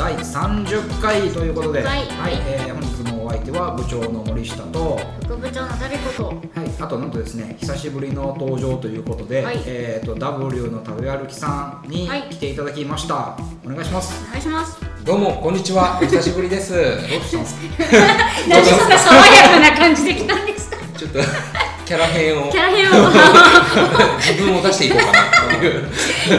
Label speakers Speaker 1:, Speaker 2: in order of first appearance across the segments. Speaker 1: 30回ということで、
Speaker 2: はい
Speaker 1: えー本日もお相手は部長の森下と、
Speaker 2: 副部長の誰こと
Speaker 1: はい、あとなんとですね久しぶりの登場ということで、
Speaker 2: はい
Speaker 1: えー、と W の食べ歩きさんに
Speaker 2: はい
Speaker 1: 来ていただきました、お願いし ます
Speaker 2: お願いします
Speaker 3: どうもこんにちはお久しぶりです
Speaker 1: どうしたんですか
Speaker 2: 何そんな爽やかな感じで来たんですか
Speaker 3: ちょっとキャラ編を
Speaker 2: キャラ編を
Speaker 3: 自分を出していこうかなっていう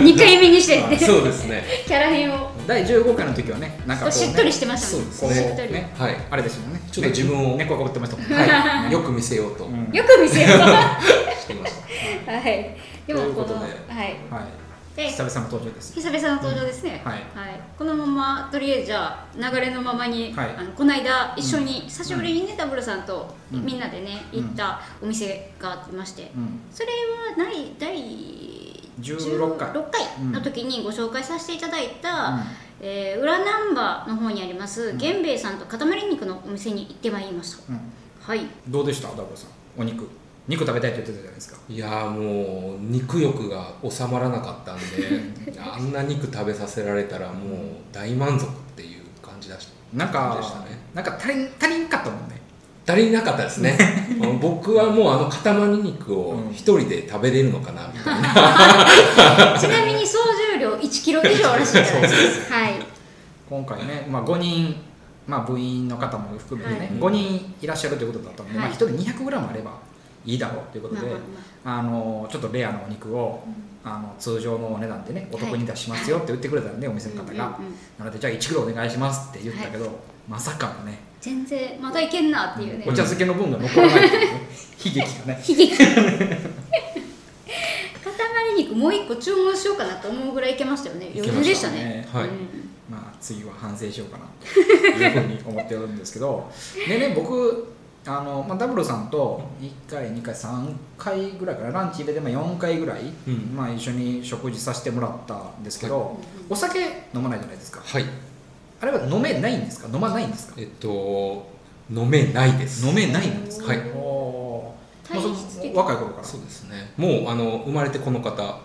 Speaker 2: 2回目にして って
Speaker 3: そうですね
Speaker 2: キャラ編を
Speaker 1: 第15回の時はねなんかこう、ね、
Speaker 2: しっとりしてましたもん
Speaker 1: そうですね
Speaker 2: しっとり
Speaker 1: ね
Speaker 3: はい
Speaker 1: あれですもんね
Speaker 3: ちょっと自分を
Speaker 1: ね猫がぶってましたもんね、
Speaker 3: はいよく見せようと
Speaker 1: うん
Speaker 2: よく見せようは
Speaker 3: してました
Speaker 2: いでもこの
Speaker 3: ということで
Speaker 2: はい
Speaker 1: はい、
Speaker 2: で
Speaker 1: 久々の登場です
Speaker 2: 久々の登場ですね、
Speaker 1: はい
Speaker 2: このままとりあえずじゃあ流れのままに、
Speaker 1: はい
Speaker 2: あのこの間一緒に、久しぶりにねダブルさんと
Speaker 1: うん
Speaker 2: みんなでね、
Speaker 1: うん
Speaker 2: 行ったお店がありまして、
Speaker 1: うん
Speaker 2: それはない第
Speaker 1: 16回
Speaker 2: 16回の時にご紹介させていただいた、
Speaker 1: うん
Speaker 2: えー裏難波の方にあります
Speaker 1: ん
Speaker 2: 源兵衛さんと塊肉のお店に行ってまいりました、
Speaker 1: うん
Speaker 2: はい
Speaker 1: どうでしたダブルさんお肉肉食べたいって言ってたじゃないですか
Speaker 3: いやーもう肉欲が収まらなかったんであんな肉食べさせられたらもう大満足っていう感じだし
Speaker 1: なんか
Speaker 3: でしたね
Speaker 1: なんか足りん足りんかったもんね
Speaker 3: 足りなかったです ねうん僕はもうあの塊肉を
Speaker 1: うん
Speaker 3: 一人で食べれるのかなみたいな、
Speaker 2: ちなみに総重量1キロ以上らしいじゃない ですかはい
Speaker 1: 今回ね、まあ、5人、まあ、部員の方も含めてね、
Speaker 2: はい
Speaker 1: 5人いらっしゃるということだったので、まあ、
Speaker 2: は
Speaker 1: 1
Speaker 2: い
Speaker 1: 人 200g あればいいだろうということで、
Speaker 2: まあまあ
Speaker 1: あのちょっとレアなお肉を、あの通常のお値段でねお得に出しますよって言ってくれたんで、お店の方が、
Speaker 2: うんうんうん
Speaker 1: なのでじゃあ 1kg お願いしますって言ったけど、まさかのね
Speaker 2: 全然またいけんなっていうね、
Speaker 1: お茶漬けの分が残らないっていうね悲劇がね
Speaker 2: 悲劇塊肉もう一個注文しようかなと思うぐらいいけましたよね
Speaker 3: い
Speaker 2: 余
Speaker 3: けましたね
Speaker 2: 裕でしたね
Speaker 3: はい
Speaker 2: うん
Speaker 1: まあ、次は反省しようかなというふうに思っておるんですけど でね僕あの、まあ、ダブルさんと1回2回3回ぐらいかなランチイベでも4回ぐらい、
Speaker 3: うん
Speaker 1: まあ、一緒に食事させてもらったんですけど、
Speaker 3: はい
Speaker 1: お酒飲まないじゃないですか
Speaker 3: はい
Speaker 1: あれは飲めないんですか飲まないんですか
Speaker 3: えっと飲めないです
Speaker 1: 飲めないんですか
Speaker 3: はい
Speaker 1: おーもう
Speaker 2: 体質
Speaker 1: そ
Speaker 2: 的
Speaker 1: の若い頃から
Speaker 3: そうですねもうあの生まれてこの方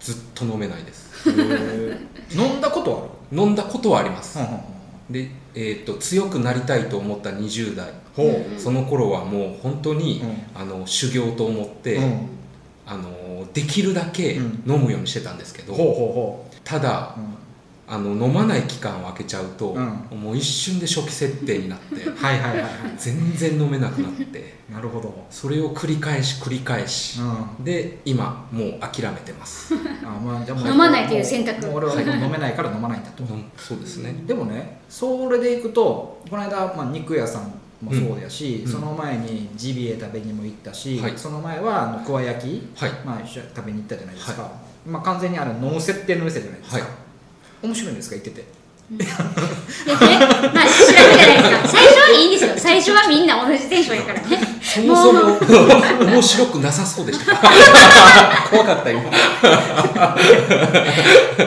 Speaker 3: ずっと飲めないです
Speaker 1: へー 飲んだことは
Speaker 3: 飲んだことはありま
Speaker 1: あ
Speaker 3: す
Speaker 1: る、うんうんうん
Speaker 3: で、えー、と強くなりたいと思った20代
Speaker 1: ほう
Speaker 2: うん
Speaker 3: その頃はもう本当に、
Speaker 1: う
Speaker 3: あの修行と思って、
Speaker 1: うん
Speaker 3: あのできるだけ
Speaker 1: うん
Speaker 3: 飲むようにしてたんですけど、
Speaker 1: ほうほ
Speaker 3: た
Speaker 1: う
Speaker 3: だ
Speaker 1: ほ
Speaker 3: あの飲まない期間を空けちゃうと、
Speaker 1: うん
Speaker 3: もう一瞬で初期設定になって
Speaker 1: うん、はいはいはいは
Speaker 3: 全然飲めなくなって
Speaker 1: いなるほど、
Speaker 3: それを繰り返し繰り返し
Speaker 1: う、ん、
Speaker 3: で今もう諦めて ます
Speaker 1: あまあ、じゃあもう
Speaker 2: 飲まないという選択
Speaker 1: もう俺は飲めないから飲まないんだと
Speaker 3: うんそうですね、
Speaker 1: でもねそれでいくとこの間、まあ、肉屋さんもそうやし、
Speaker 3: うん
Speaker 1: その前にジビエ食べにも行ったし、
Speaker 3: はい
Speaker 1: その前はあの桑焼き、
Speaker 3: はい
Speaker 1: まあ、一緒に食べに行ったじゃないですか、まあ、完全にあれノー設定の店じゃないですか、
Speaker 3: はい
Speaker 1: 面白いんですか行ってて
Speaker 2: でね、まあ調べじゃないですか最初はいいんですよ最初はみんな同じテンションやからね
Speaker 3: そもそも
Speaker 2: も
Speaker 3: 面白くなさそうでしたか怖かった今
Speaker 2: 乾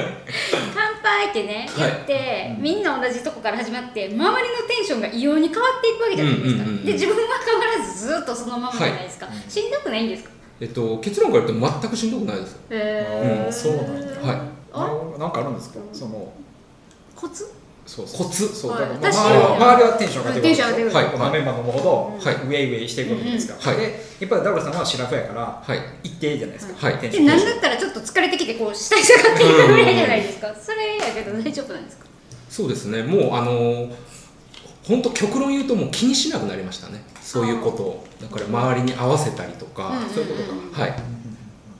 Speaker 2: 杯ってね
Speaker 3: はい
Speaker 2: 言って、みんな同じとこから始まって周りのテンションが異様に変わっていくわけじゃないですか、
Speaker 3: うんうんうんうん
Speaker 2: で自分は変わらずずっとそのままじゃないですか、
Speaker 1: はい
Speaker 2: しんどくないんですか
Speaker 3: えっと結論から言うと全くしんどくないですよ
Speaker 2: へー
Speaker 1: うんそうなんだ
Speaker 3: はい
Speaker 2: あれ
Speaker 1: ななんかあるんですかその
Speaker 2: コツ
Speaker 1: そう
Speaker 3: コツ
Speaker 1: そう
Speaker 2: はい
Speaker 1: だから
Speaker 2: 私
Speaker 1: 周りは周りはテンション上がってくる
Speaker 2: テンション上がってくる
Speaker 3: はい
Speaker 1: このメンバーのほど、
Speaker 3: はい
Speaker 1: ウェイウェイしていくわけじゃないですか、
Speaker 3: うんうん
Speaker 1: でやっぱりダブルさんはシラフやから
Speaker 3: はい
Speaker 1: 一定じゃないですか、
Speaker 3: はい
Speaker 1: テンシ
Speaker 2: で
Speaker 1: ョン
Speaker 2: なんだったらちょっと疲れてきてこう下に下がっていくぐらいじゃないですかそれやけど大丈夫なんですか
Speaker 3: そうですねもうあの本当極論言うともう気にしなくなりましたねそういうことをだから周りに合わせたりとか、
Speaker 1: そういうことか
Speaker 2: ん
Speaker 3: はい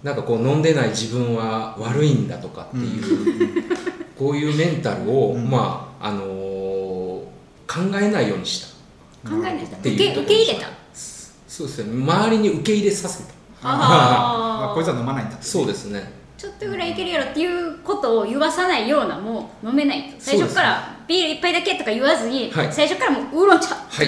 Speaker 3: なんかこう飲んでない自分は悪いんだとかっていう、こういうメンタルを、
Speaker 1: うん
Speaker 3: まああの考えないようにした
Speaker 2: 考えないと
Speaker 3: って
Speaker 2: 受
Speaker 3: い
Speaker 2: け
Speaker 3: うとこ
Speaker 2: 受け入れた
Speaker 3: そうですね周りに受け入れさせた
Speaker 1: あこいつは飲まないんだって
Speaker 3: そうですね
Speaker 2: ちょっとぐらいいけるやろっていうことを言わさないようなもう飲めないと最初からビール一杯だけとか言わずに、
Speaker 3: はい
Speaker 2: 最初からもうウーロン茶とか、
Speaker 3: はい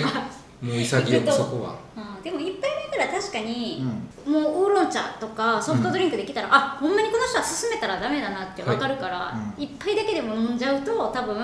Speaker 3: もう潔くそこは
Speaker 2: あーでも一杯目から確かに
Speaker 1: うん、
Speaker 2: もうウーロン茶とかソフトドリンクできたら、あほんまにこの人は勧めたらダメだなって分かるから、
Speaker 1: はいう
Speaker 2: 一杯だけでも飲んじゃうと多分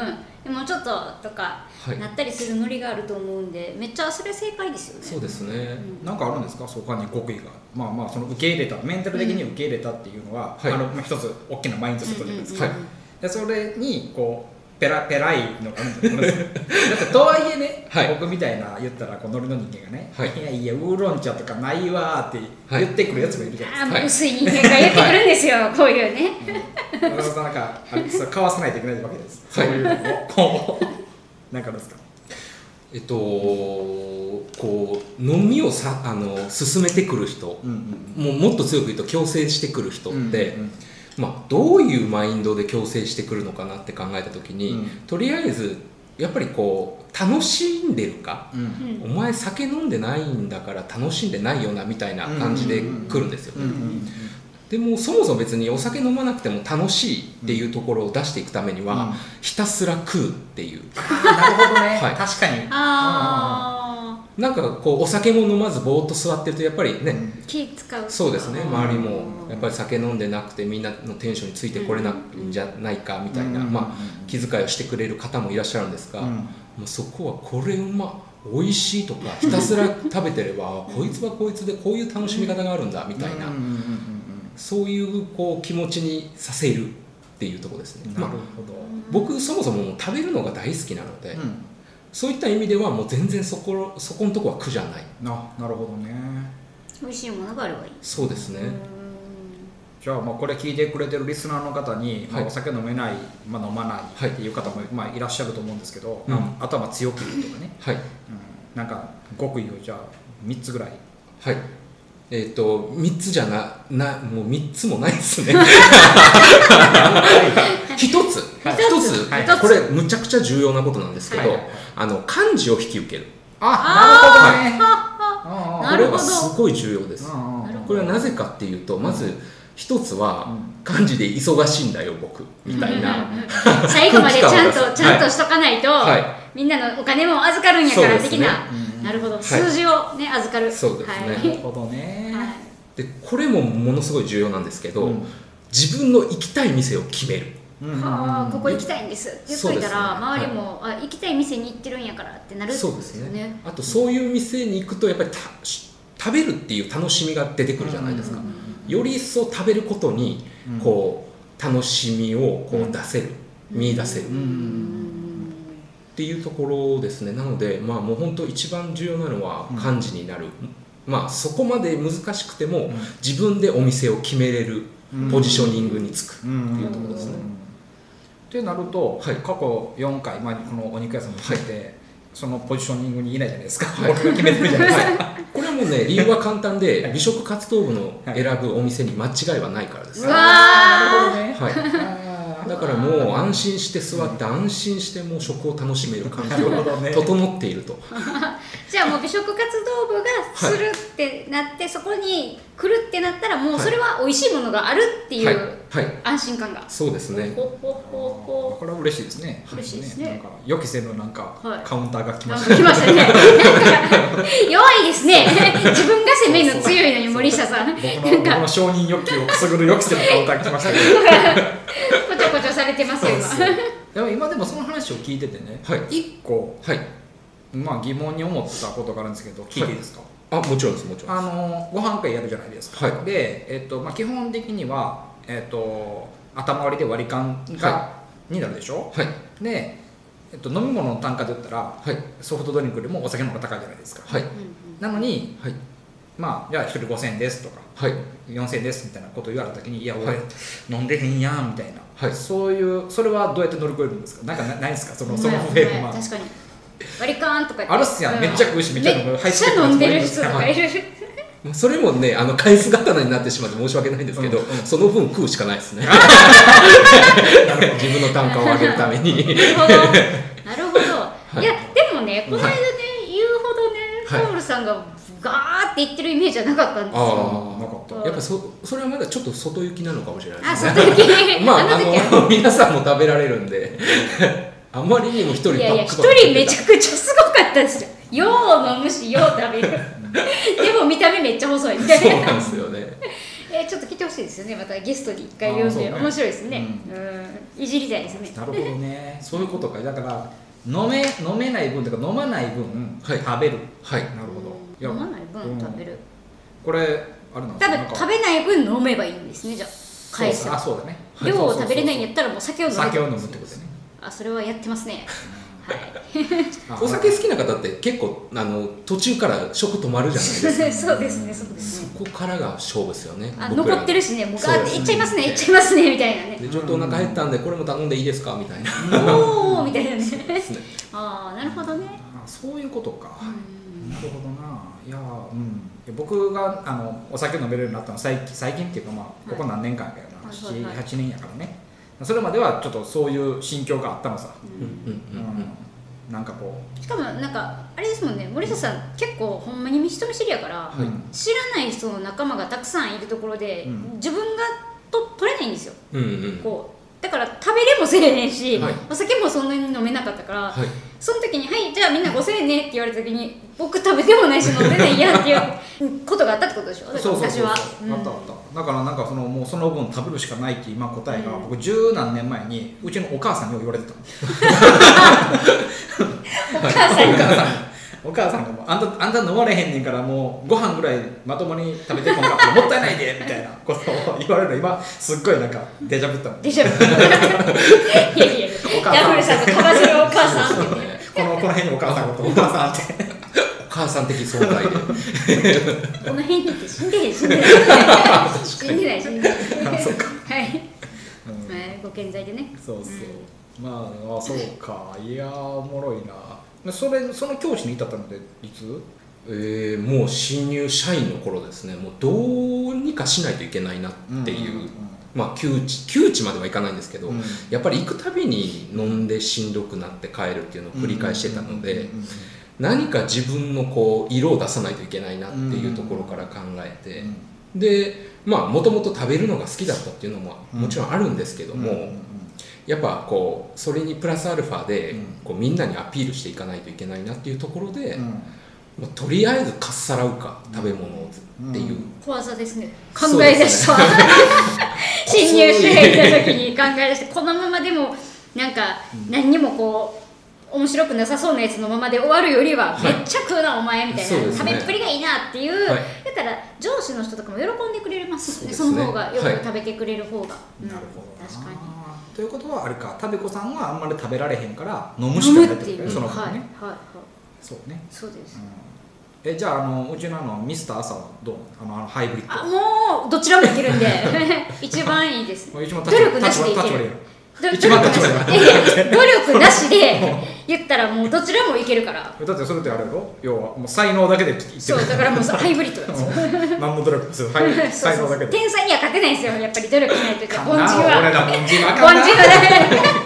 Speaker 2: もうちょっととか
Speaker 3: はい
Speaker 2: なったりするノリがあると思うんでめっちゃそれ正解ですよね。
Speaker 3: そうですね、
Speaker 1: なんかあるんですか、そこに極意が、まあまあ、その受け入れた、メンタル的に受け入れたっていうのは、
Speaker 3: うん
Speaker 1: あの
Speaker 3: は
Speaker 1: まあ、一つ大きなマインドセットじゃないですか、
Speaker 3: はい
Speaker 1: でそれにこうペラペラいのがあるんだよ だってとはいえね、
Speaker 3: はい
Speaker 1: 僕みたいな言ったらこうノリの人間がね、
Speaker 3: はい
Speaker 1: い、やいやウーロン茶とかないわーって
Speaker 3: はい
Speaker 1: 言ってくるやつもいるじゃない
Speaker 2: あー
Speaker 3: は
Speaker 2: も
Speaker 3: いう
Speaker 2: 薄い人間が言ってくるんですよ、こういうね
Speaker 1: ですか、なかな かなんかあれそうかわさないといけないわけです、
Speaker 3: はい
Speaker 1: そういうのをこうなんかどうですか
Speaker 3: えっとこう飲みをさあの勧めてくる人、
Speaker 1: うんうん
Speaker 3: もうもっと強く言うと強制してくる人っ
Speaker 1: う
Speaker 3: て、
Speaker 1: んうん
Speaker 3: まあ、どういうマインドで強制してくるのかなって考えた時に、
Speaker 1: うん
Speaker 3: とりあえずやっぱりこう楽しんでるか、
Speaker 1: うん
Speaker 2: う
Speaker 3: お
Speaker 2: ん
Speaker 3: 前酒飲んでないんだから楽しんでないよなみたいな感じで来るんですよ、
Speaker 1: うんうんうん
Speaker 3: でもそもそも別にお酒飲まなくても楽しいっていうところを出していくために
Speaker 1: う
Speaker 3: は、
Speaker 1: ん
Speaker 3: ひたすら食うっていう
Speaker 1: なるほどね、
Speaker 3: はい
Speaker 1: 確かに
Speaker 2: あ
Speaker 3: なんかこうお酒も飲まずぼーっと座ってるとやっぱりね、
Speaker 1: うん
Speaker 2: ー気使う
Speaker 3: そうですね
Speaker 2: あー
Speaker 3: 周りもやっぱり酒飲んでなくてみんなのテンションについてこれないんじゃないかみたいな、
Speaker 1: うん
Speaker 3: まあ、気遣いをしてくれる方もいらっしゃるんですが、
Speaker 1: うん
Speaker 3: もうそこはこれうま美味しいとかひたすら食べてれば こいつはこいつでこういう楽しみ方があるんだみたいな、
Speaker 1: うんうんうんうん
Speaker 3: そういうこう気持ちにさせるっていうところです
Speaker 1: う
Speaker 3: ね
Speaker 1: ん。な
Speaker 3: ま
Speaker 1: る
Speaker 3: あ
Speaker 1: ほど、
Speaker 3: 僕そもそも食べるのが大好きなので、
Speaker 1: うん
Speaker 3: そういった意味ではもう全然そこそこのとこは苦じゃない
Speaker 1: あなるほどね
Speaker 2: 美味しいものがあればいい
Speaker 3: そうですね、
Speaker 1: じゃあまあこれ聞いてくれてるリスナーの方に、まあ
Speaker 3: はい
Speaker 1: お酒飲めない、まあ、飲まないっていう方も、まあ、いらっしゃると思うんですけど、まあ頭強く言うとかね、
Speaker 3: はい
Speaker 1: うん、なんか極意をじゃあ3つぐらい
Speaker 3: はい。えっ、と三つじゃななもう三つもないですね。一つ
Speaker 1: はい
Speaker 3: 一つ、
Speaker 1: はい
Speaker 3: これむちゃくちゃ重要なことなんですけど、
Speaker 1: はい
Speaker 3: あの漢字を引き受ける。
Speaker 1: あ
Speaker 2: ー
Speaker 1: な
Speaker 3: こ
Speaker 2: な
Speaker 1: る
Speaker 2: る
Speaker 3: れ
Speaker 2: ほど
Speaker 3: はすごい重要です。
Speaker 1: ほどねうんうんうんうん
Speaker 2: なるほど
Speaker 3: これはなぜかっていうとまず一つは
Speaker 1: う
Speaker 3: 漢字で忙しいんだよ僕みたいな。
Speaker 2: 最後までちゃん
Speaker 3: 空気感を
Speaker 2: と
Speaker 3: 出す
Speaker 2: ちゃんとしとかないと、
Speaker 3: は
Speaker 2: みんなのお金も預かるんやから
Speaker 3: そうです
Speaker 2: 的
Speaker 3: ね
Speaker 2: な、
Speaker 1: うん
Speaker 2: なるほど、
Speaker 3: い
Speaker 2: 数字をね預かる
Speaker 3: そうですね
Speaker 1: なるほどね、
Speaker 2: はいはい
Speaker 3: でこれもものすごい重要なんですけど、
Speaker 1: うん
Speaker 3: 自分の行きたい店を決める。
Speaker 1: うんうんうん
Speaker 2: はあここ行きたいんですって言っといたら、
Speaker 3: そう
Speaker 2: 周
Speaker 3: ですね
Speaker 2: りも、あ行きたい店に行ってるんやからってなる
Speaker 3: そう
Speaker 2: っ
Speaker 3: で
Speaker 2: てこと
Speaker 3: すねあとそういう店に行くとやっぱりたし食べるっていう楽しみが出てくるじゃないですか、
Speaker 1: うんうん
Speaker 3: より一層食べることに
Speaker 1: うん
Speaker 3: こう楽しみをこ
Speaker 1: うん
Speaker 3: う出せる、見出せるっ
Speaker 1: うんうん
Speaker 3: ていうところですねなのでまあもう本当一番重要なのは
Speaker 1: うん
Speaker 3: 漢字になる、まあそこまで難しくても
Speaker 1: ん
Speaker 3: 自分でお店を決めれる
Speaker 1: うん
Speaker 3: ポジショニングにつく、
Speaker 1: うん
Speaker 3: っていうところですね
Speaker 1: ってなると、
Speaker 3: はい
Speaker 1: 過去4回、まあ、このお肉屋さんも含めて、そのポジショニングにいないじゃないですか、
Speaker 3: はい
Speaker 1: 僕が決めてるじゃないですか。
Speaker 3: はいこれはも うね理由は簡単で美食活動部の選ぶお店に間違いはないからです
Speaker 2: う、わー
Speaker 1: なるほどね。
Speaker 3: はい
Speaker 1: あー
Speaker 3: だからもう安心して座って安心してもう食を楽しめる環境
Speaker 1: なるほど
Speaker 3: が
Speaker 1: ね
Speaker 3: 整っていると、
Speaker 2: じゃあもう美食活動部がするってなって、そこに来るってなったらもうそれは美味しいものがあるってい
Speaker 3: はいうはい
Speaker 2: 安心感が、
Speaker 3: そうですね
Speaker 2: ほほほほ
Speaker 1: これは嬉しいですね。
Speaker 2: 嬉しいですね
Speaker 1: なんか予期せぬなんか、
Speaker 2: はい
Speaker 1: カウンターが来ま
Speaker 2: なん
Speaker 1: し
Speaker 2: か来ましたね。 なんか弱いですね。自分が攻めるの強いのに森下さん、なん
Speaker 1: た。僕
Speaker 2: か
Speaker 1: の僕の承認欲求をくすぐる予期せぬカウンターが来ましたけ ど。
Speaker 2: こちょこちょされてますよ今。
Speaker 1: でも今でもその話を聞いててね、
Speaker 3: はい
Speaker 1: 一個、
Speaker 3: はい
Speaker 1: まあ、疑問に思ったことがあるんですけど、聞いていいですか、
Speaker 3: あもちろんですもちろん
Speaker 1: あ
Speaker 3: です
Speaker 1: のご飯会やるじゃないですか、
Speaker 3: はい
Speaker 1: で、えっとまあ、基本的には、えっと、頭割りで割り勘が、
Speaker 3: は
Speaker 1: になるでしょ
Speaker 3: はい
Speaker 1: で、えっと、飲み物の単価で言ったら
Speaker 3: はい
Speaker 1: ソフトドリンクよりもお酒の方が高いじゃないですか、
Speaker 3: はい
Speaker 1: なのに
Speaker 3: はい
Speaker 1: まあじゃあ1人5000円ですとか
Speaker 3: はい
Speaker 1: 4000円ですみたいなこと言われた時にいや俺、
Speaker 3: はい
Speaker 1: 飲んでへんやんみたいな、
Speaker 3: はい
Speaker 1: そういうそれはどうやって乗り越えるんですかなんかなないですかそのその
Speaker 2: ほ
Speaker 1: フ
Speaker 2: んま
Speaker 1: ェ
Speaker 2: や
Speaker 1: ー
Speaker 2: ほん
Speaker 1: ム
Speaker 2: まや
Speaker 1: は
Speaker 2: 確かに。割り勘とか言て
Speaker 1: あるっすやんめっちゃ食うしめっちゃ飲む
Speaker 2: めっ
Speaker 1: 入って
Speaker 2: ち
Speaker 1: くる
Speaker 2: ゃ飲んでる人とかいる。
Speaker 3: まあそれもねあの返す刀になってしまって申し訳ないんですけど、
Speaker 1: うんうん
Speaker 3: その分食うしかない ですね自分の単価を上げるために
Speaker 2: なるほど。なるほど。
Speaker 3: い
Speaker 2: いやでもねこの間ね
Speaker 3: は
Speaker 2: 言うほどね
Speaker 3: はい
Speaker 2: パウルさんがガーって言ってるイメージはなかったんですよ。
Speaker 3: あ
Speaker 1: なかった
Speaker 3: あやっぱそそれはまだちょっと外行きなのかもしれない
Speaker 2: あ
Speaker 3: です
Speaker 2: そ
Speaker 3: ね
Speaker 2: の時
Speaker 3: まあ、
Speaker 2: あの時は
Speaker 3: あの、皆さんも食べられるんで、あまりにも一人
Speaker 2: いやいや、
Speaker 3: パッ
Speaker 2: 一
Speaker 3: クパック
Speaker 2: 人めち
Speaker 3: ゃ
Speaker 2: ゃくちゃすごかったですよ。よう飲むし、よう食べる。でも見た目めっちゃ細い みた
Speaker 3: そう
Speaker 2: いな。
Speaker 3: なんですよね。
Speaker 2: えちょっと来てほしいですよね。またゲストに一回呼
Speaker 1: あー
Speaker 2: ん
Speaker 1: そうね
Speaker 2: で、面白いですね。
Speaker 1: う
Speaker 2: うん、いじりたいですね。
Speaker 1: なるほどねそういうことかだから飲め飲めない分とか飲まない分、
Speaker 3: はい
Speaker 1: 食べる
Speaker 3: はい。
Speaker 1: なるほどいや
Speaker 2: 飲まない分食べ
Speaker 1: うん
Speaker 2: る。
Speaker 1: これあれなんですか
Speaker 2: 多分食べない分飲めばいいんですね。じゃあ、
Speaker 1: そう
Speaker 2: 返
Speaker 1: です
Speaker 2: せ
Speaker 1: あ
Speaker 2: ば。
Speaker 1: そうだね
Speaker 2: 量を食べれないん
Speaker 1: や
Speaker 2: やったらもう酒を飲む。
Speaker 1: 酒を飲むってことね
Speaker 2: あそれはやってますねはい
Speaker 3: お酒好きな方って結構あの途中から食止まるじゃないですか
Speaker 2: そうですねそうですね
Speaker 3: そこからが勝負ですよね
Speaker 2: あ
Speaker 3: 僕
Speaker 2: 残
Speaker 3: らの
Speaker 2: ってるしねもう
Speaker 3: そう
Speaker 2: ガーっていっちゃいますねいっちゃいますねみたいなね
Speaker 3: でちょっとお腹減ったんでこれも頼んでいいですかみたいな
Speaker 2: おおみたいなね
Speaker 3: ですね
Speaker 2: ああなるほどね
Speaker 1: あそういうことか、
Speaker 2: うん
Speaker 1: なるほどないや,、うん、いや僕があのお酒飲めるようになったのは最近最近っていうか、まあ、ここ何年間かやな、
Speaker 2: はい
Speaker 1: 七
Speaker 2: はいはい
Speaker 1: 78年やからねそれまではちょっとそういう心境があったのさ、
Speaker 3: うんうんうんうん
Speaker 1: うん、なんかこう
Speaker 2: しかもなんかあれですもんね森下さん結構ほんまに人見知りやから、
Speaker 1: はい
Speaker 2: 知らない人の仲間がたくさんいるところで、
Speaker 1: うん
Speaker 2: 自分がと取れないんですよ
Speaker 3: うんうん
Speaker 2: こうだから食べれもせえへんし、
Speaker 3: はい
Speaker 2: お酒もそんなに飲めなかったから、
Speaker 3: はい
Speaker 2: その時に「はいじゃあみんな5000円ね」って言われた時に「僕食べてもないし飲んでないや」っていうことがあったってことでしょだから昔はうん
Speaker 1: あったあっただからなんかそのもうその分食べるしかないっていう今答えが、僕十何年前にうちのお母さんによく言われてたの
Speaker 2: お母さん
Speaker 1: お
Speaker 2: が
Speaker 1: 母さんお母さんがもうあんたあんた飲まれへんねんからもうご飯ぐらいまともに食べてこんかったらもったいないでみたいなことを言われるの今すっごいなんかデジャブ ったもん
Speaker 2: でしょいやいや
Speaker 1: お母さん
Speaker 2: ヤフルさんとかばせるお母さんって
Speaker 3: そう
Speaker 2: ね
Speaker 3: ね
Speaker 1: このこの辺にお母さんがお母さんって
Speaker 3: お母さん的存在で
Speaker 2: この辺にって死んでへん死んでへん死んでない死んでない
Speaker 1: あそっか
Speaker 2: はい、
Speaker 1: うん
Speaker 2: まあ、ご健在でね
Speaker 1: そうそうまああそうかいやーおもろいなでそれその教師に至ったのでいつ
Speaker 3: えーもう新入社員の頃ですねもうどうにかしないといけないなっていう、まあ窮地窮地まではいかないんですけど、
Speaker 1: うん
Speaker 3: やっぱり行くたびに飲んでしんどくなって帰るっていうのを繰り返してたので、
Speaker 1: うんうん
Speaker 3: 何か自分のこう色を出さないといけないなっていうところから考えて、
Speaker 1: うん
Speaker 3: でまあもともと食べるのが好きだったっていうのももちろんあるんですけども、
Speaker 1: うんうんうん
Speaker 3: やっぱこうそれにプラスアルファで
Speaker 1: うん
Speaker 3: こうみんなにアピールしていかないといけないなっていうところで、
Speaker 1: うん
Speaker 3: まあとりあえずかっさらうか食べ物をっていう、
Speaker 1: うん
Speaker 2: 小技ですね考
Speaker 3: そう
Speaker 2: え
Speaker 3: ですね
Speaker 2: 出した、新入社員の時に考え出してこのままでもなんか何にもこう面白くなさそうなやつのままで終わるよりはめ
Speaker 3: はい
Speaker 2: っちゃ食うなお前みたい
Speaker 3: そう
Speaker 2: な、
Speaker 3: です
Speaker 2: 食
Speaker 3: ね
Speaker 2: べっぷりがいいなっていう、
Speaker 3: はい
Speaker 2: だから上司の人とかも喜んでくれますもんねそ
Speaker 3: そうで
Speaker 2: の
Speaker 3: すね
Speaker 2: 方がよ
Speaker 3: はい
Speaker 2: く食べてくれる方が、うん
Speaker 1: なるほどな
Speaker 2: 確かに
Speaker 1: ということはあれか食べ子さんはあんまり食べられへんから飲むしかないってこと
Speaker 2: 飲
Speaker 1: ね
Speaker 2: む
Speaker 1: その
Speaker 2: はい
Speaker 1: 分
Speaker 2: はい
Speaker 1: ね
Speaker 2: はい
Speaker 1: そうね
Speaker 2: そうです、
Speaker 1: うんえじゃああのうちのあのミスター朝はどうあのあのハイブリッド
Speaker 2: あもうどちらもい けるんで一番いいです
Speaker 1: もう一番
Speaker 2: 努
Speaker 1: 立ち
Speaker 2: 力なしでい
Speaker 1: 立ち
Speaker 2: け
Speaker 1: 悪い
Speaker 2: る
Speaker 1: やん
Speaker 2: ど
Speaker 1: 一番立ち悪い
Speaker 2: いやいや努力なしで言ったらもうどちらもいけるから
Speaker 1: だってそれってあれやろ要はもう才能だけでいってる
Speaker 2: そうだからもうハイブリッドなんですよ
Speaker 1: うん何の努力もする才能
Speaker 2: そう
Speaker 1: 才
Speaker 2: そう
Speaker 1: 能
Speaker 2: そ
Speaker 1: だ
Speaker 2: う
Speaker 1: けで
Speaker 2: 天才には勝てないですよやっぱり努力ないといけない凡人
Speaker 1: かな俺
Speaker 2: は
Speaker 1: ら凡人はか
Speaker 2: 凡
Speaker 1: な
Speaker 2: 人はだめ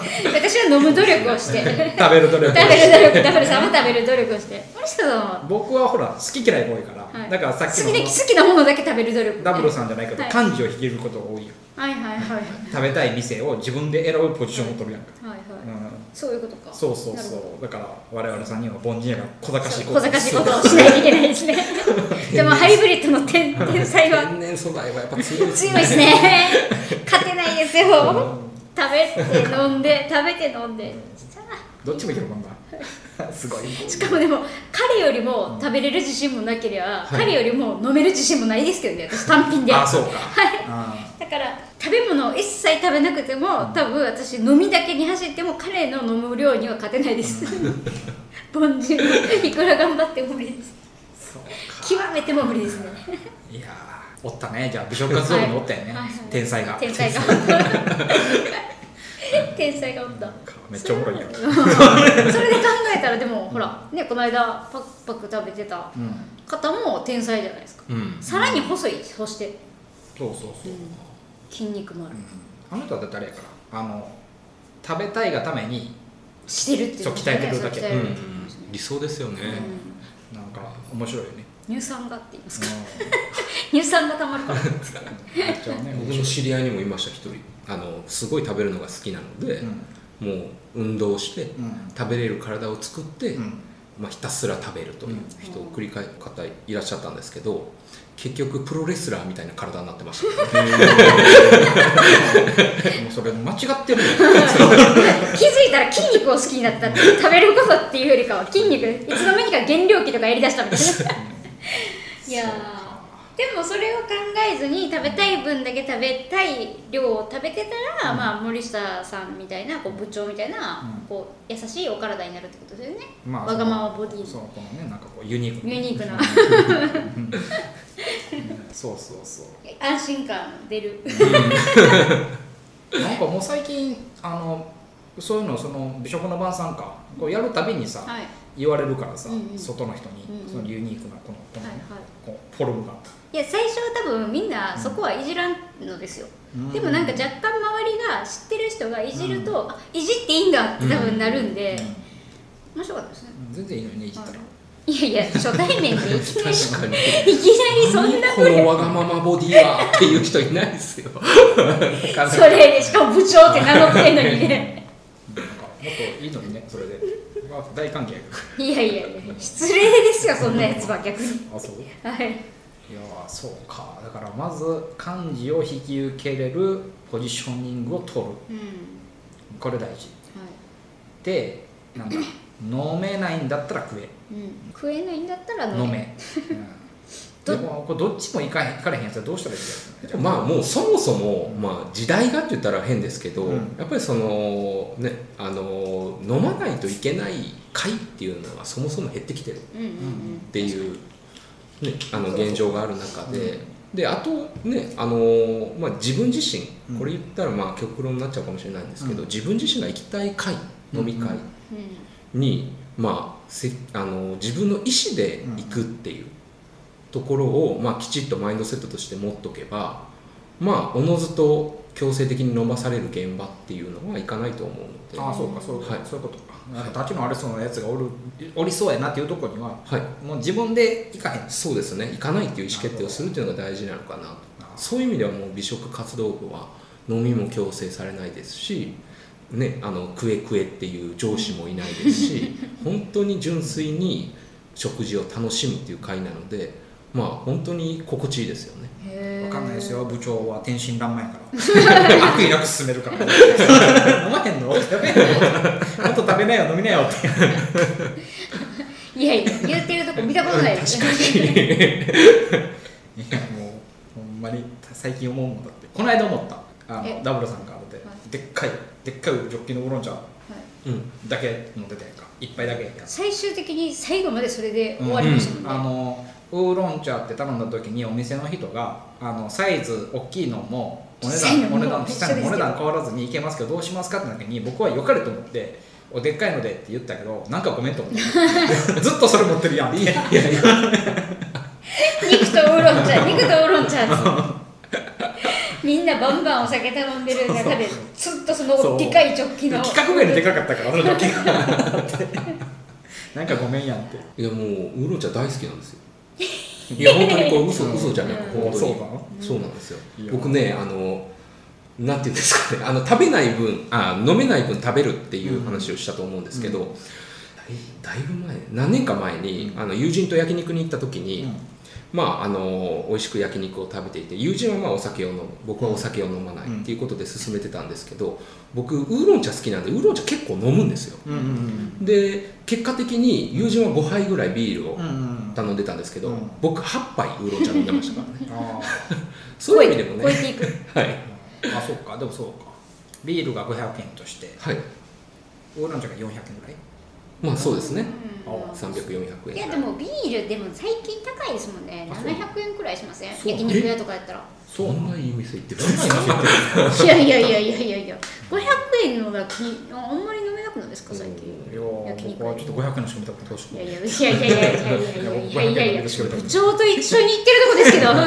Speaker 2: 私は飲む努力をして食 べる
Speaker 1: 食べる努力
Speaker 2: 努力食べるさんも食べる努力をして森下さんは
Speaker 1: 僕はほら好き嫌いが多いから、
Speaker 2: はい
Speaker 1: だからさっき
Speaker 2: 好きで
Speaker 1: の
Speaker 2: 好きなものだけ食べる努力
Speaker 1: ダブルさんじゃないけど、
Speaker 2: はい
Speaker 1: 漢字を引けることが多いやん
Speaker 2: はいはいはいはい
Speaker 1: 食べたい店を自分で選ぶポジションを取るやんか、
Speaker 2: はい
Speaker 1: うん、
Speaker 2: そういうことか
Speaker 1: そうそう
Speaker 2: なるほど
Speaker 1: そうだから我々さんには凡人やから小賢しい
Speaker 2: そう
Speaker 1: こと
Speaker 2: 小賢しいことをしないといけない ですねでもハイブリッドの天天才は
Speaker 3: 天然素材はやっぱ強
Speaker 2: 強
Speaker 3: い
Speaker 2: い
Speaker 3: ですね
Speaker 2: で すね勝てないですよ
Speaker 1: うん
Speaker 2: 食べて飲んで食べて飲んでさ
Speaker 1: どっちもいけるもんだ すごい
Speaker 2: あしかもでも彼よりも食べれる自信もなければ、
Speaker 3: はい
Speaker 2: 彼よりも飲める自信もないですけどね私単品で
Speaker 1: あそうか
Speaker 2: はい
Speaker 1: あ
Speaker 2: だから食べ物を一切食べなくても多分私飲みだけに走っても彼の飲む量には勝てない です、凡人いくら頑張っても無理です
Speaker 1: ーそう
Speaker 2: 極めても無理ですね
Speaker 1: いやーおったねじゃあ美食活動部におったよね、
Speaker 2: はいはい
Speaker 1: 天才が
Speaker 2: 天才が天才がおった
Speaker 1: めっちゃおもろいやん
Speaker 2: それで考えたらでもほらねこの間パクパク食べてた
Speaker 1: うん
Speaker 2: 方も天才じゃないですか
Speaker 3: うん
Speaker 2: さらに細いそして
Speaker 1: そうそうそう、
Speaker 2: 筋肉もある
Speaker 1: あの人はだってあれやからあの食べたいがために
Speaker 2: してるっていう
Speaker 1: そう鍛えてるだけ
Speaker 2: そう鍛
Speaker 3: う
Speaker 2: え
Speaker 3: ん
Speaker 2: る
Speaker 3: う
Speaker 2: って言っ
Speaker 3: ん
Speaker 2: てましたね
Speaker 3: 理想ですよね、
Speaker 1: なんか面白いよね、
Speaker 2: うん乳酸がって言いますか
Speaker 1: う
Speaker 2: 乳酸がたま るから
Speaker 1: ん、めっちゃね
Speaker 3: 僕の知り合いにもいました一人あのすごい食べるのが好きなので、もう運動して、
Speaker 1: うん
Speaker 3: 食べれる体を作って、
Speaker 1: うんうん
Speaker 3: まあ、ひたすら食べるという人を繰り返す方いらっしゃったんですけど結局プロレスラーみたいな体になってま した、ね、
Speaker 1: もうそれ間違ってるよ
Speaker 2: 気づいたら筋肉を好きになったっていう食べることっていうよりかは筋肉いつの間にか減量期とかやりだしたみたいないやーでもそれを考えずに食べたい分だけ食べたい量を食べてたら、
Speaker 1: うん
Speaker 2: まあ、森下さんみたいなこう部長みたいな、
Speaker 1: うん
Speaker 2: こう優しいお体になるってことですよね、
Speaker 1: まあ
Speaker 2: わがままボディ
Speaker 1: そうこのねなんかこうユニーク
Speaker 2: ユニークな
Speaker 1: そうそう そう
Speaker 2: 安心感出る
Speaker 1: なんかもう最近あのそういうのその美食の晩餐かこうやるたびにさ、
Speaker 2: はい
Speaker 1: 言われるからさ、
Speaker 2: うんうん
Speaker 1: 外の人に、
Speaker 2: うんうん
Speaker 1: そのユニークなこのこの、
Speaker 2: はいはい
Speaker 1: こうフォルムが、
Speaker 2: いや最初は多分みんなそこはいじらんのですよ、
Speaker 1: うん
Speaker 2: でもなんか若干周りが知ってる人がいじると、あいじっていいんだって多分なるんで、面白かったですね
Speaker 1: うん全然いいのにねいじったら、
Speaker 2: いやいや初対面 でいきなりい
Speaker 3: 確かに
Speaker 2: きなりそんな
Speaker 3: このわがままボディはっていう人いないですよ
Speaker 2: それしかも部長って名乗ってんのにね
Speaker 1: なんかもっといいのにねそれでまあ大歓迎やけど
Speaker 2: いやいやいや失礼ですよそんなやつは逆に
Speaker 1: あそう
Speaker 2: はい
Speaker 1: いやーそうかだからまず漢字を引き受けれるポジショニングを取る
Speaker 2: うん
Speaker 1: これ大事
Speaker 2: は
Speaker 1: でなんだ飲めないんだったら食え
Speaker 2: い、うん、食えないんだったら
Speaker 1: 飲
Speaker 2: 飲め
Speaker 1: め、うん、でもこれどっちもいかへんいかれへんやつはどうしたらいいですか
Speaker 3: まあもうそもそも、まあ、時代がって言ったら変ですけど、
Speaker 1: うん
Speaker 3: やっぱりそのねあの飲まないといけない会っていうのがそもそも減ってきてるっ
Speaker 2: うんうんうん
Speaker 3: ていう、ね、あの
Speaker 1: そうそう
Speaker 3: 現状がある中で。
Speaker 1: うん
Speaker 3: であとね、あのまあ、自分自
Speaker 1: うん
Speaker 3: 身これ言ったらまあ極論になっちゃうかもしれないんですけど、
Speaker 1: うん
Speaker 3: 自分自身が行きたい会飲み会に、まあ、せあの自分の意思で行くっていうところを、まあ、きちっとマインドセットとして持っとけばまあおのずと強制的に飲まされる現場っていうのはいかないと思うので
Speaker 1: ああそうかそう,、
Speaker 3: はい
Speaker 1: そういうことかなんか立ちのあれそうなやつがおるおりそうやなっていうところには
Speaker 3: はい、
Speaker 1: もう自分でいかへん
Speaker 3: そうですね行かないっていう意思決定をするっていうのが大事なのかな
Speaker 1: あ
Speaker 3: そういう意味ではもう美食活動部は飲みも強制されないですし、ね、あの食え食えっていう上司もいないです し本当に純粋に食事を楽しむっていう会なのでまあ本当に心地いいですよね
Speaker 2: へえ
Speaker 1: わかんないですよ部長は天真爛漫やから 悪意なく進めるから飲まへんの食べへんのもっと食べなよ飲みなよって
Speaker 2: いやいや言ってるとこ見たことないです
Speaker 1: いやもうほんまに最近思うもんだってこの間思ったあの
Speaker 2: え
Speaker 1: ダブルさんがあって、
Speaker 2: は
Speaker 1: でっかいでっかいジョッキのウーロン茶
Speaker 2: はい
Speaker 3: うん
Speaker 1: だけ飲んでたやんか一杯だけやんか
Speaker 2: 最終的に最後までそれで終わりましたもんね、
Speaker 1: あのウーロン茶って頼んだ時にお店の人があのサイズ大きいのもお値
Speaker 2: 小さいの
Speaker 1: 段
Speaker 2: も
Speaker 1: お値段
Speaker 2: 一緒です
Speaker 1: 下
Speaker 2: よ
Speaker 1: にお値段変わらずにいけますけどどうしますかってなった時に僕は良かれと思っておでっかいのでって言ったけどなんかごめんと思ってずっとそれ持ってるやんいやいやいや
Speaker 2: 肉とウーロン茶肉とウーロン茶みんなバンバンお酒頼んでる中でずっとそ
Speaker 1: そう
Speaker 2: のでかいジョッキの
Speaker 1: 規格外にでかかったからその時がなんかごめんやんって
Speaker 3: いやもうウーロン茶大好きなんですよいや本当にこれ嘘
Speaker 1: うん
Speaker 3: 嘘じゃなく
Speaker 2: うん
Speaker 3: 本当に
Speaker 1: そうなの
Speaker 3: そうなんですよ
Speaker 1: いや
Speaker 3: 僕ねあのなんていうんですかねあの食べない分あ飲めない分食べるっていう話をしたと思うんですけど、だいだいぶ前何年か前に、
Speaker 1: うん
Speaker 3: あの友人と焼肉に行った時に、
Speaker 1: うん
Speaker 3: まああの美味しく焼肉を食べていて友人はまあお酒を飲む僕はお酒を飲まない
Speaker 1: うん
Speaker 3: っていうことで進めてたんですけど僕ウーロン茶好きなんでウーロン茶結構飲むんですよ
Speaker 1: うんうん
Speaker 3: で結果的に友人は5杯ぐらいビールを
Speaker 1: うんうん
Speaker 3: 頼んでたんですけど、
Speaker 1: うん
Speaker 3: 僕8杯ウーロン茶飲んでましたか らね
Speaker 1: あ
Speaker 3: そういう意味でも
Speaker 2: 超え
Speaker 3: ね
Speaker 2: ていく
Speaker 3: はい
Speaker 1: ーあそうかでもそうかビールが500円として
Speaker 3: はい
Speaker 1: ウーロン茶が400円ぐらい
Speaker 3: まあそうですね
Speaker 1: あ
Speaker 2: うん
Speaker 3: 300400円ぐら
Speaker 2: いやでもビールでも最近高いですもんね
Speaker 1: あそう
Speaker 2: 700円くらいしません
Speaker 1: そう
Speaker 2: 焼肉屋とかやったら
Speaker 3: そんないい店行ってる
Speaker 2: いやいやいやいやいやいや500円のがきああんまり飲めなくないですか最近
Speaker 1: いやー僕はちょっと500円の仕込みたくてほしく
Speaker 2: い
Speaker 1: な
Speaker 2: や
Speaker 1: い
Speaker 2: いやいやいやいやいやいやいやいやいや
Speaker 1: 僕500円の仕込みたく
Speaker 2: 部
Speaker 1: て
Speaker 2: 長と一緒に行ってるとこですけどあ